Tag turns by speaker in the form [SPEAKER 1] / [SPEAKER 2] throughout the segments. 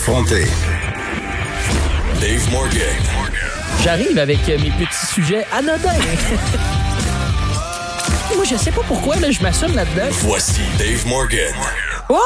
[SPEAKER 1] confronter. Dave Morgan.
[SPEAKER 2] J'arrive avec euh, mes petits sujets anodins. Moi, je sais pas pourquoi, là, je m'assume là-dedans.
[SPEAKER 1] Voici Dave Morgan.
[SPEAKER 3] Wow!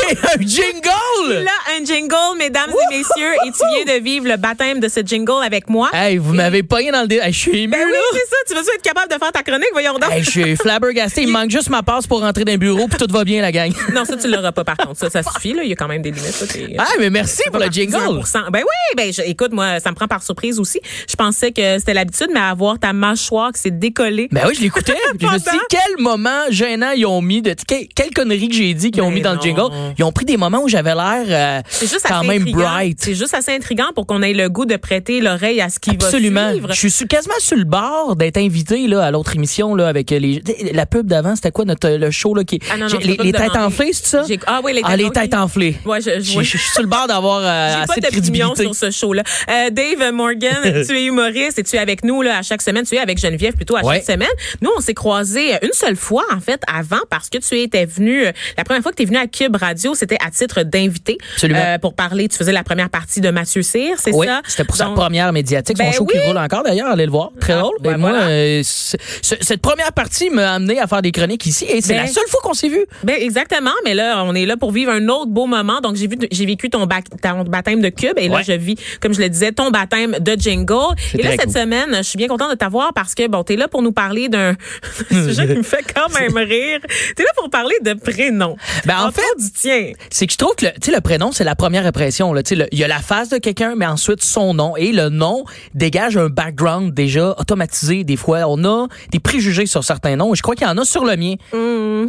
[SPEAKER 2] J'ai un jingle!
[SPEAKER 3] Là, un jingle, mesdames et messieurs, et tu viens de vivre le baptême de ce jingle avec moi.
[SPEAKER 2] Hey, vous m'avez pogné dans le dé. Hey, je suis ému,
[SPEAKER 3] Ben oui,
[SPEAKER 2] là.
[SPEAKER 3] c'est ça. Tu vas être capable de faire ta chronique, voyons donc.
[SPEAKER 2] Hey, je suis flabbergasté. Il me manque juste ma passe pour rentrer dans le bureau, puis tout va bien, la gang.
[SPEAKER 3] Non, ça, tu l'auras pas, par contre. Ça, ça suffit, là. Il y a quand même des limites, là. T'es-
[SPEAKER 2] Ah, mais merci pour le jingle.
[SPEAKER 3] 1%. Ben oui, ben je- écoute, moi, ça me prend par surprise aussi. Je pensais que c'était l'habitude, mais avoir ta mâchoire qui s'est décollée.
[SPEAKER 2] Ben oui, je l'écoutais. puis je me suis dit,
[SPEAKER 3] Pendant-
[SPEAKER 2] quel moment gênant ils ont mis, de, que- quelle connerie que j'ai dit qu'ils ont
[SPEAKER 3] Mais
[SPEAKER 2] mis dans
[SPEAKER 3] non.
[SPEAKER 2] le jingle. Ils ont pris des moments où j'avais l'air euh,
[SPEAKER 3] c'est juste
[SPEAKER 2] quand
[SPEAKER 3] assez
[SPEAKER 2] même
[SPEAKER 3] intriguant.
[SPEAKER 2] bright.
[SPEAKER 3] C'est juste assez intriguant pour qu'on ait le goût de prêter l'oreille à ce qui va
[SPEAKER 2] Absolument.
[SPEAKER 3] suivre.
[SPEAKER 2] Je suis sur- quasiment sur le bord d'être invité là, à l'autre émission là, avec euh, les la pub d'avant, c'était quoi notre le show là qui
[SPEAKER 3] Ah non, non,
[SPEAKER 2] j'ai-
[SPEAKER 3] je peux
[SPEAKER 2] les,
[SPEAKER 3] pas
[SPEAKER 2] les
[SPEAKER 3] te
[SPEAKER 2] têtes
[SPEAKER 3] demander.
[SPEAKER 2] enflées, c'est ça
[SPEAKER 3] J'ai- Ah oui, les têtes
[SPEAKER 2] Ah, les
[SPEAKER 3] enflées.
[SPEAKER 2] têtes enflées.
[SPEAKER 3] Ouais, je- je-
[SPEAKER 2] J'ai-
[SPEAKER 3] ouais.
[SPEAKER 2] je suis sur le bord d'avoir euh,
[SPEAKER 3] J'ai
[SPEAKER 2] assez
[SPEAKER 3] pas
[SPEAKER 2] de
[SPEAKER 3] d'opinion
[SPEAKER 2] crédibilité.
[SPEAKER 3] sur ce show-là. Euh, Dave Morgan, tu es humoriste et tu es avec nous là, à chaque semaine. Tu es avec Geneviève plutôt à
[SPEAKER 2] Ouais.
[SPEAKER 3] chaque semaine. Nous, on s'est croisés euh, une seule fois, en fait, avant, parce que tu étais venu, euh, la première fois que tu es venu à Cube Radio, c'était à titre d'invité. Euh,
[SPEAKER 2] Absolument.
[SPEAKER 3] pour parler, tu faisais la première partie de Mathieu Cyr, c'est
[SPEAKER 2] Oui,
[SPEAKER 3] ça?
[SPEAKER 2] c'était pour sa
[SPEAKER 3] Donc,
[SPEAKER 2] première médiatique,
[SPEAKER 3] Ben
[SPEAKER 2] son show
[SPEAKER 3] oui.
[SPEAKER 2] qui roule encore d'ailleurs, allez le voir, très
[SPEAKER 3] Ah,
[SPEAKER 2] drôle.
[SPEAKER 3] ben
[SPEAKER 2] Et moi,
[SPEAKER 3] voilà.
[SPEAKER 2] euh, ce- ce- cette première partie m'a amené à faire des chroniques ici et c'est
[SPEAKER 3] Ben-
[SPEAKER 2] la seule fois qu'on s'est vu.
[SPEAKER 3] Ben exactement, mais là on est là pour vivre un autre beau moment. Donc j'ai vu j'ai vécu ton, bac- ton baptême de cube et là
[SPEAKER 2] Ouais.
[SPEAKER 3] je vis comme je le disais ton baptême de jingle.
[SPEAKER 2] C'est
[SPEAKER 3] Et là
[SPEAKER 2] très
[SPEAKER 3] cette
[SPEAKER 2] cool.
[SPEAKER 3] semaine, je suis bien contente de t'avoir parce que bon, tu es là pour nous parler d'un sujet qui me fait quand même rire. Tu es là pour parler de prénoms.
[SPEAKER 2] Ben, en
[SPEAKER 3] Entre
[SPEAKER 2] fait-
[SPEAKER 3] autres, du tien.
[SPEAKER 2] C'est que je trouve que le, tu sais, le prénom, c'est la première impression. là. Tu sais, le- Il y a la face de quelqu'un, mais ensuite son nom. Et le nom dégage un background déjà automatisé. Des fois, on a des préjugés sur certains noms. Et je crois qu'il y en a sur le mien. Tu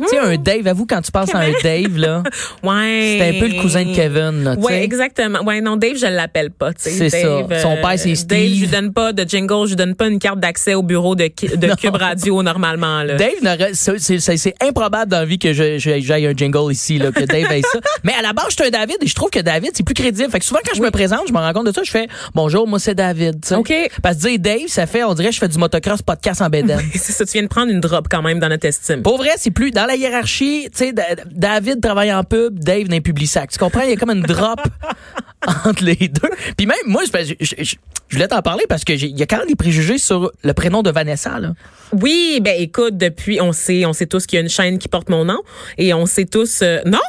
[SPEAKER 2] sais, un Dave, avoue, quand tu penses à un Dave, là,
[SPEAKER 3] Ouais.
[SPEAKER 2] c'est un peu le cousin de Kevin. Là, tu
[SPEAKER 3] Ouais,
[SPEAKER 2] sais.
[SPEAKER 3] exactement. Ouais, non, Dave, je l'appelle pas, tu sais.
[SPEAKER 2] C'est
[SPEAKER 3] Dave, euh,
[SPEAKER 2] ça. Son père, c'est
[SPEAKER 3] Dave,
[SPEAKER 2] Steve.
[SPEAKER 3] je lui donne pas de jingle, je lui donne pas une carte d'accès au bureau de, Ki- de Cube Radio normalement, là.
[SPEAKER 2] Dave, n'aurait- c'est- c'est c'est- c'est improbable dans la vie que je- je- j'aille un jingle ici, là, que Dave ait ça. Mais à la base, je suis un David et je trouve que David, c'est plus crédible. Fait que souvent, quand je me présente, je me rends compte de ça, je fais bonjour, moi c'est David. tu sais.
[SPEAKER 3] OK.
[SPEAKER 2] Parce que dire Dave, ça fait, on dirait, que je fais du motocross podcast en bédaine.
[SPEAKER 3] C'est ça, tu viens de prendre une drop quand même dans notre estime.
[SPEAKER 2] Pour vrai, c'est plus dans la hiérarchie, tu sais, Da- David travaille en pub, Dave n'est public sac. Tu comprends? Il y a comme une drop entre les deux. Puis même, moi, je, je- je- je voulais t'en parler parce que j'ai- il y a quand même des préjugés sur le prénom de Vanessa, là.
[SPEAKER 3] Oui, ben écoute, depuis, on sait, on sait tous qu'il y a une chaîne qui porte mon nom et on sait tous, euh, non?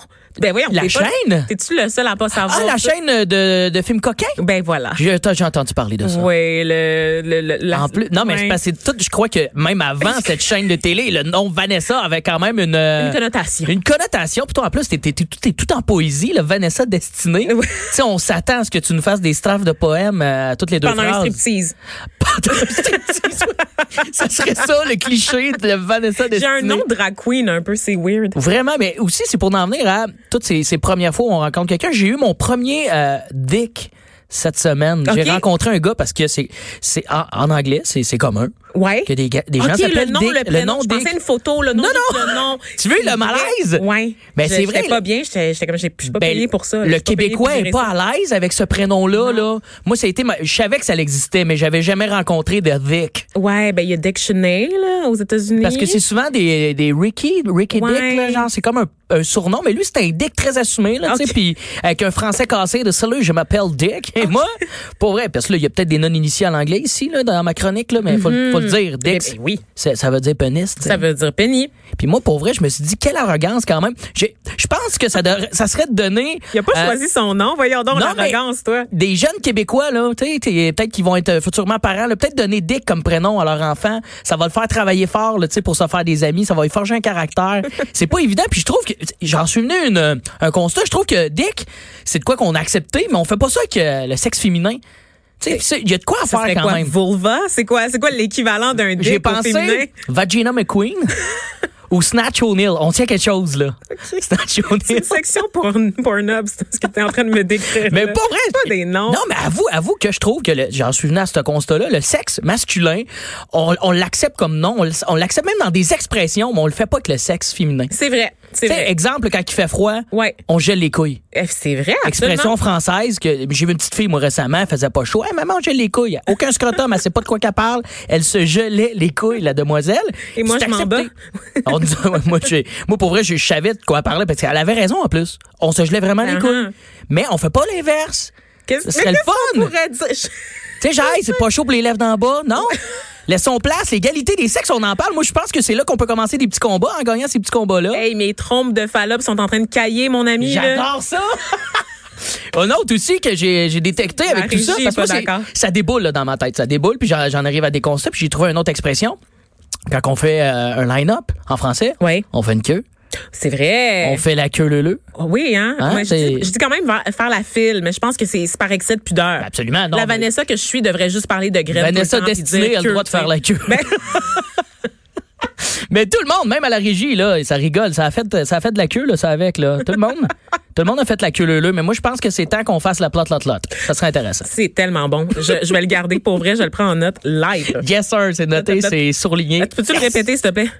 [SPEAKER 3] Ben voyons.
[SPEAKER 2] La
[SPEAKER 3] t'es pas-
[SPEAKER 2] chaîne?
[SPEAKER 3] T'es-tu le seul à pas savoir?
[SPEAKER 2] Ah, la
[SPEAKER 3] ça?
[SPEAKER 2] chaîne de, de films coquins?
[SPEAKER 3] Ben voilà.
[SPEAKER 2] J'ai j'ai entendu parler de ça.
[SPEAKER 3] Oui, le, le, le- la-
[SPEAKER 2] En plus, non, mais c'est
[SPEAKER 3] ouais.
[SPEAKER 2] parce que c'est tout, je crois que même avant cette chaîne de télé, le nom Vanessa avait quand même une, euh,
[SPEAKER 3] Une connotation.
[SPEAKER 2] Une connotation. Puis toi, en plus, t'es, t'es- t'es tout, t'es tout en poésie, le Vanessa destinée.
[SPEAKER 3] Oui.
[SPEAKER 2] tu sais, on s'attend à ce que tu nous fasses des strafes de poèmes euh, toutes les deux
[SPEAKER 3] Pendant un
[SPEAKER 2] phrases.
[SPEAKER 3] striptease.
[SPEAKER 2] Pendant un striptease, oui. ça serait ça, le cliché de la Vanessa destinée.
[SPEAKER 3] J'ai un nom de drag queen un peu, c'est weird.
[SPEAKER 2] Vraiment, mais aussi, c'est pour en venir à toutes ces, ces premières fois où on rencontre quelqu'un. J'ai eu mon premier euh, dick cette semaine.
[SPEAKER 3] Ok.
[SPEAKER 2] J'ai rencontré un gars parce que c'est, c'est en, en anglais, c'est, c'est commun
[SPEAKER 3] Ouais.
[SPEAKER 2] que des, ga- des gens
[SPEAKER 3] Ok,
[SPEAKER 2] s'appellent
[SPEAKER 3] le nom,
[SPEAKER 2] dick.
[SPEAKER 3] le prénom. je
[SPEAKER 2] dick.
[SPEAKER 3] pensais à une photo, le nom.
[SPEAKER 2] Non, non.
[SPEAKER 3] juste Le nom.
[SPEAKER 2] Tu veux le malaise?
[SPEAKER 3] Ouais.
[SPEAKER 2] Ben,
[SPEAKER 3] Je-
[SPEAKER 2] c'est
[SPEAKER 3] j'étais
[SPEAKER 2] vrai.
[SPEAKER 3] pas bien, j'étais j'étais comme, j'ai- je suis pas
[SPEAKER 2] Ben,
[SPEAKER 3] payée pour ça. là. Je
[SPEAKER 2] Le
[SPEAKER 3] suis pas payée pour
[SPEAKER 2] Québécois
[SPEAKER 3] gérer
[SPEAKER 2] est pas
[SPEAKER 3] ça.
[SPEAKER 2] à l'aise avec ce prénom-là. Là. Moi, ça a été ma- je savais que ça existait, mais j'avais jamais rencontré de Vic.
[SPEAKER 3] Ouais, ben, il y a Dictionary, là, aux États-Unis.
[SPEAKER 2] Parce que c'est souvent des, des Ricky, Ricky
[SPEAKER 3] Ouais.
[SPEAKER 2] Dick, là, genre, c'est comme un, un surnom, mais lui, c'était un Dick très assumé, là, tu
[SPEAKER 3] Ok.
[SPEAKER 2] sais, puis avec un français cassé de salut, je m'appelle Dick. Et moi, pour vrai, parce que là, il y a peut-être des non-initiés en anglais ici, là, dans ma chronique, là, mais faut, le- faut le dire, Dick.
[SPEAKER 3] ben oui.
[SPEAKER 2] c'est- Ça veut dire pénis, tu sais.
[SPEAKER 3] Ça veut dire Penny.
[SPEAKER 2] Puis moi, pour vrai, je me suis dit, quelle arrogance quand même. J'ai- Je pense que ça, devrait- ça serait de donner.
[SPEAKER 3] Il a pas
[SPEAKER 2] euh,
[SPEAKER 3] choisi son nom. Voyons donc
[SPEAKER 2] non,
[SPEAKER 3] l'arrogance, toi.
[SPEAKER 2] des jeunes Québécois, là, tu sais, t'es- peut-être qu'ils vont être euh, futurement parents, là, peut-être donner Dick comme prénom à leur enfant, ça va le faire travailler fort, là, tu sais, pour se faire des amis, ça va lui forger un caractère. c'est pas évident, puis je trouve que, j'en suis venu à une, euh, un constat, je trouve que Dick, c'est de quoi qu'on a accepté, mais on fait pas ça avec euh, le sexe féminin. Tu sais, puis ça, il y a de quoi à
[SPEAKER 3] Ça serait
[SPEAKER 2] faire quand
[SPEAKER 3] quoi,
[SPEAKER 2] même.
[SPEAKER 3] vulva? C'est quoi, c'est quoi l'équivalent d'un dick
[SPEAKER 2] J'ai
[SPEAKER 3] au
[SPEAKER 2] pensé
[SPEAKER 3] féminin?
[SPEAKER 2] Vagina McQueen ou Snatch O'Neill. On tient quelque chose, là. Snatch
[SPEAKER 3] C'est
[SPEAKER 2] O'Neill.
[SPEAKER 3] une section porn, Pornhub, c'est ce que t'es en train de me décrire.
[SPEAKER 2] Mais
[SPEAKER 3] là.
[SPEAKER 2] pas vrai.
[SPEAKER 3] C'est Euh, pas des noms.
[SPEAKER 2] Non, mais avoue, avoue que je trouve que le- j'en suis venu à ce constat-là. Le sexe masculin, on, on l'accepte comme nom. On, le- on l'accepte même dans des expressions, mais on le fait pas avec le sexe féminin.
[SPEAKER 3] C'est vrai. C'est
[SPEAKER 2] Tu sais,
[SPEAKER 3] vrai.
[SPEAKER 2] exemple, quand il fait froid,
[SPEAKER 3] Ouais.
[SPEAKER 2] on gèle les couilles.
[SPEAKER 3] Eh, C'est vrai,
[SPEAKER 2] Expression
[SPEAKER 3] absolument.
[SPEAKER 2] française que j'ai vu une petite fille, moi, récemment, elle faisait pas chaud. Hey, maman, on gèle les couilles. Aucun scrotum, elle sait pas de quoi qu'elle parle. Elle se gelait les couilles, la demoiselle.
[SPEAKER 3] Et moi,
[SPEAKER 2] C'est
[SPEAKER 3] je m'en
[SPEAKER 2] accepté.
[SPEAKER 3] bats.
[SPEAKER 2] On dit- moi, j'ai- moi, pour vrai, je savais de quoi elle parlait parce qu'elle avait raison, en plus. On se gelait vraiment les
[SPEAKER 3] Uh-huh.
[SPEAKER 2] couilles. mais on fait pas l'inverse.
[SPEAKER 3] Qu'est-ce
[SPEAKER 2] Ce serait le
[SPEAKER 3] qu'est-ce qu'on
[SPEAKER 2] fun.
[SPEAKER 3] pourrait dire?
[SPEAKER 2] Tu sais, Jaï, c'est pas chaud pour les lèvres d'en bas, non? Laissons place, l'égalité des sexes, on en parle. Moi, je pense que c'est là qu'on peut commencer des petits combats en gagnant ces petits combats-là.
[SPEAKER 3] Hey, mes trompes de Fallope sont en train de cailler, mon ami. là.
[SPEAKER 2] J'adore ça! Un autre aussi que j'ai j'ai détecté avec
[SPEAKER 3] La
[SPEAKER 2] tout ça,
[SPEAKER 3] régie est
[SPEAKER 2] parce que
[SPEAKER 3] pas
[SPEAKER 2] moi, c'est-
[SPEAKER 3] d'accord.
[SPEAKER 2] ça déboule là, dans ma tête, ça déboule, puis j'en j'en arrive à des constats, puis j'ai trouvé une autre expression. Quand on fait euh, un line-up en français,
[SPEAKER 3] Ouais.
[SPEAKER 2] on fait une queue,
[SPEAKER 3] C'est vrai.
[SPEAKER 2] on fait la queue leu-leu.
[SPEAKER 3] Oui, hein?
[SPEAKER 2] Hein,
[SPEAKER 3] Moi, je,
[SPEAKER 2] c'est-
[SPEAKER 3] dis, je dis quand même va- faire la file, mais je pense que c'est c'est par excès de pudeur.
[SPEAKER 2] Absolument, non.
[SPEAKER 3] la
[SPEAKER 2] mais-
[SPEAKER 3] Vanessa que je suis devrait juste parler de graines.
[SPEAKER 2] Vanessa
[SPEAKER 3] tout le temps, puis
[SPEAKER 2] Destinée
[SPEAKER 3] dire
[SPEAKER 2] a le droit de
[SPEAKER 3] que-
[SPEAKER 2] faire la queue.
[SPEAKER 3] Ben,
[SPEAKER 2] Mais tout le monde, même à la régie, là, ça rigole. Ça a fait, ça a fait de la queue, là, ça avec, là. Tout le monde. tout le monde a fait la queue leu-leu, mais moi, je pense que c'est temps qu'on fasse la plot lot lot. Ça serait intéressant.
[SPEAKER 3] c'est tellement bon. Je, je vais le garder pour vrai, je le prends en note live.
[SPEAKER 2] Yes, sir, c'est noté, c'est surligné.
[SPEAKER 3] Peux-tu le répéter, s'il te plaît?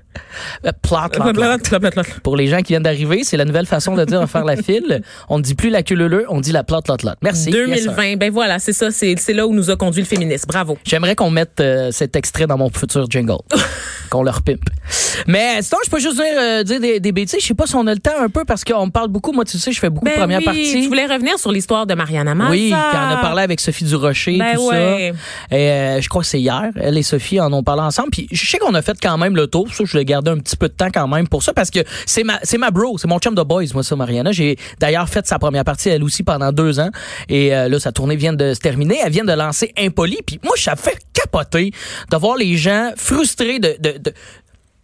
[SPEAKER 2] Euh, Plot, plot, plot. Pour les gens qui viennent d'arriver, c'est la nouvelle façon de dire on va faire la file. On ne dit plus la queue leu-leu, on dit la plot lot lot. Merci. Yes, sir.
[SPEAKER 3] 2020, ben voilà, c'est ça, c'est c'est là où nous a conduit le féminisme. Bravo.
[SPEAKER 2] J'aimerais qu'on mette euh, cet extrait dans mon futur jingle. qu'on leur pimpe. Mais sinon, je peux juste dire, euh, dire des, des bêtises. Je sais pas si on a le temps un peu parce qu'on me parle beaucoup. Moi, tu sais, je fais beaucoup de
[SPEAKER 3] Ben
[SPEAKER 2] première
[SPEAKER 3] oui,
[SPEAKER 2] partie.
[SPEAKER 3] tu voulais revenir sur l'histoire de Mariana Massa.
[SPEAKER 2] Oui, quand on a parlé avec Sophie Durocher,
[SPEAKER 3] Ben
[SPEAKER 2] tout
[SPEAKER 3] ouais.
[SPEAKER 2] ça. Et, euh, je crois que c'est hier. Elle et Sophie en ont parlé ensemble. Puis je sais qu'on a fait quand même le tour. Ça, je voulais garder un petit peu de temps quand même pour ça parce que c'est ma, c'est ma bro, c'est mon chum de boys, moi, ça, Mariana. J'ai d'ailleurs fait sa première partie, elle aussi, pendant deux ans. Et euh, là, sa tournée vient de se terminer. Elle vient de lancer Impoli. Puis moi, ça fait capoter de voir les gens frustrés de- de- de,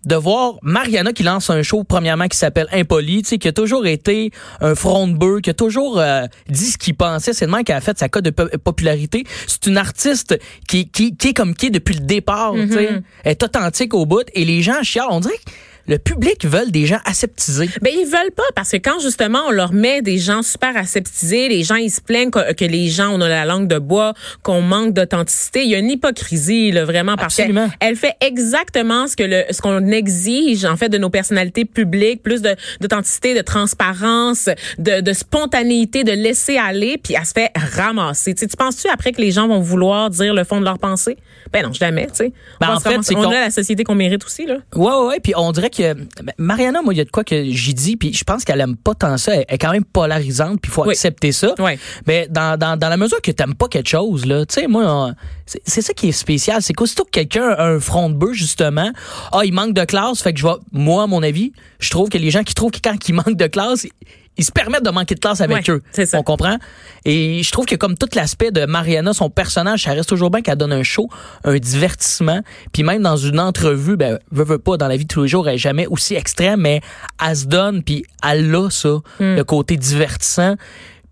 [SPEAKER 2] de voir Mariana qui lance un show premièrement qui s'appelle Impoli, tu sais, qui a toujours été un front de bœuf, qui a toujours euh, dit ce qu'il pensait, c'est le même qui a fait sa cote de po- popularité. C'est une artiste qui, qui, qui est comme qui est depuis le départ, tu sais. Elle est authentique au bout et les gens chialent. On dirait que le public veut des gens aseptisés.
[SPEAKER 3] Ben ils veulent pas parce que quand justement on leur met des gens super aseptisés, les gens ils se plaignent que, que les gens on a la langue de bois, qu'on manque d'authenticité, il y a une hypocrisie là vraiment parce qu'elle
[SPEAKER 2] Absolument.
[SPEAKER 3] elle fait exactement ce que le ce qu'on exige en fait de nos personnalités publiques, plus de d'authenticité, de transparence, de, de spontanéité, de laisser aller puis elle se fait ramasser. Tu sais, tu penses-tu après que les gens vont vouloir dire le fond de leur pensée Ben non, jamais, tu sais.
[SPEAKER 2] Ben,
[SPEAKER 3] va
[SPEAKER 2] en
[SPEAKER 3] se
[SPEAKER 2] fait,
[SPEAKER 3] ramasser.
[SPEAKER 2] c'est
[SPEAKER 3] on
[SPEAKER 2] qu'on-
[SPEAKER 3] a la société qu'on mérite aussi là.
[SPEAKER 2] Ouais, ouais, ouais. Puis on dirait que ben, Mariana, moi, il y a de quoi que j'y dis, puis je pense qu'elle aime pas tant ça. Elle est quand même polarisante, puis il faut
[SPEAKER 3] Oui.
[SPEAKER 2] accepter ça.
[SPEAKER 3] Ouais.
[SPEAKER 2] Mais dans, dans, dans la mesure que t'aimes pas quelque chose, là, tu sais, moi, on- c'est c'est ça qui est spécial. C'est qu'aussitôt que quelqu'un a un front de bœuf, justement, ah, il manque de classe, fait que je vais, moi, à mon avis, je trouve que les gens qui trouvent que quand ils manquent de classe, ils- ils se permettent de manquer de classe avec
[SPEAKER 3] Ouais,
[SPEAKER 2] eux.
[SPEAKER 3] c'est ça.
[SPEAKER 2] On comprend? Et je trouve que comme tout l'aspect de Mariana, son personnage, ça reste toujours bien qu'elle donne un show, un divertissement. Puis même dans une entrevue, ben, veut, veut pas, dans la vie de tous les jours, elle est jamais aussi extrême, mais elle se donne, puis elle a ça,
[SPEAKER 3] Hmm.
[SPEAKER 2] le côté divertissant.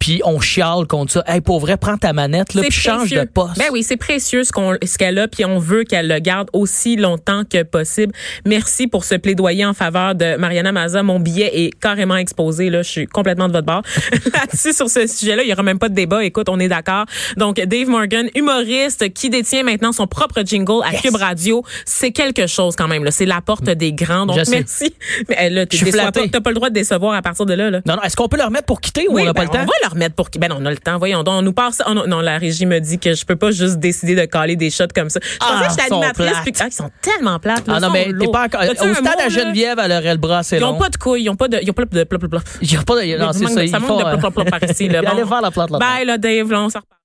[SPEAKER 2] Puis on chiale contre ça. Hey, pour vrai, prends ta manette, là,
[SPEAKER 3] C'est
[SPEAKER 2] puis change de
[SPEAKER 3] précieux.
[SPEAKER 2] poste.
[SPEAKER 3] Ben oui, c'est précieux ce qu'on ce qu'elle a puis on veut qu'elle le garde aussi longtemps que possible. Merci pour ce plaidoyer en faveur de Mariana Maza. Mon billet est carrément exposé là, je suis complètement de votre bord. Là-dessus sur ce sujet-là, il y aura même pas de débat. Écoute, on est d'accord. Donc Dave Morgan, humoriste qui détient maintenant son propre jingle à Cube Radio, c'est quelque chose quand même là, c'est la porte des grands. Donc
[SPEAKER 2] Je sais.
[SPEAKER 3] merci. Mais eh, là, tu
[SPEAKER 2] Je suis
[SPEAKER 3] déçois
[SPEAKER 2] flatté.
[SPEAKER 3] pas, t'as pas le droit de décevoir à partir de là là.
[SPEAKER 2] Non, non, est-ce qu'on peut le remettre pour quitter ou on n'a
[SPEAKER 3] ben,
[SPEAKER 2] pas le temps?
[SPEAKER 3] va leur mettre pour qui- Ben non, on a le temps. Voyons donc, on nous passe. oh non, non, la régie me dit que je peux pas juste décider de caler des shots comme ça. Je
[SPEAKER 2] Ah,
[SPEAKER 3] pensais que j'étais
[SPEAKER 2] ils sont
[SPEAKER 3] animatrice.
[SPEAKER 2] plates.
[SPEAKER 3] Puis, que- ah, ils sont tellement plates. là,
[SPEAKER 2] Ah non,
[SPEAKER 3] ils
[SPEAKER 2] mais
[SPEAKER 3] sont
[SPEAKER 2] t'es
[SPEAKER 3] lourds.
[SPEAKER 2] pas encore.
[SPEAKER 3] T'as-tu un
[SPEAKER 2] Au stade
[SPEAKER 3] mot,
[SPEAKER 2] à
[SPEAKER 3] là?
[SPEAKER 2] Geneviève, elle aurait le bras assez
[SPEAKER 3] Ils ont
[SPEAKER 2] long.
[SPEAKER 3] pas de couilles, ils ont pas de, ils ont pas de, plop, plop, plop, plop.
[SPEAKER 2] Il y a pas de. non,
[SPEAKER 3] Il
[SPEAKER 2] c'est
[SPEAKER 3] manque
[SPEAKER 2] ça,
[SPEAKER 3] de-
[SPEAKER 2] ils
[SPEAKER 3] ça manque
[SPEAKER 2] font, euh,
[SPEAKER 3] de plop, plop, plop par ici, là.
[SPEAKER 2] Allez
[SPEAKER 3] Bon.
[SPEAKER 2] voir la plate là-dedans.
[SPEAKER 3] Bye, là, Dave, là, on s'en reparle.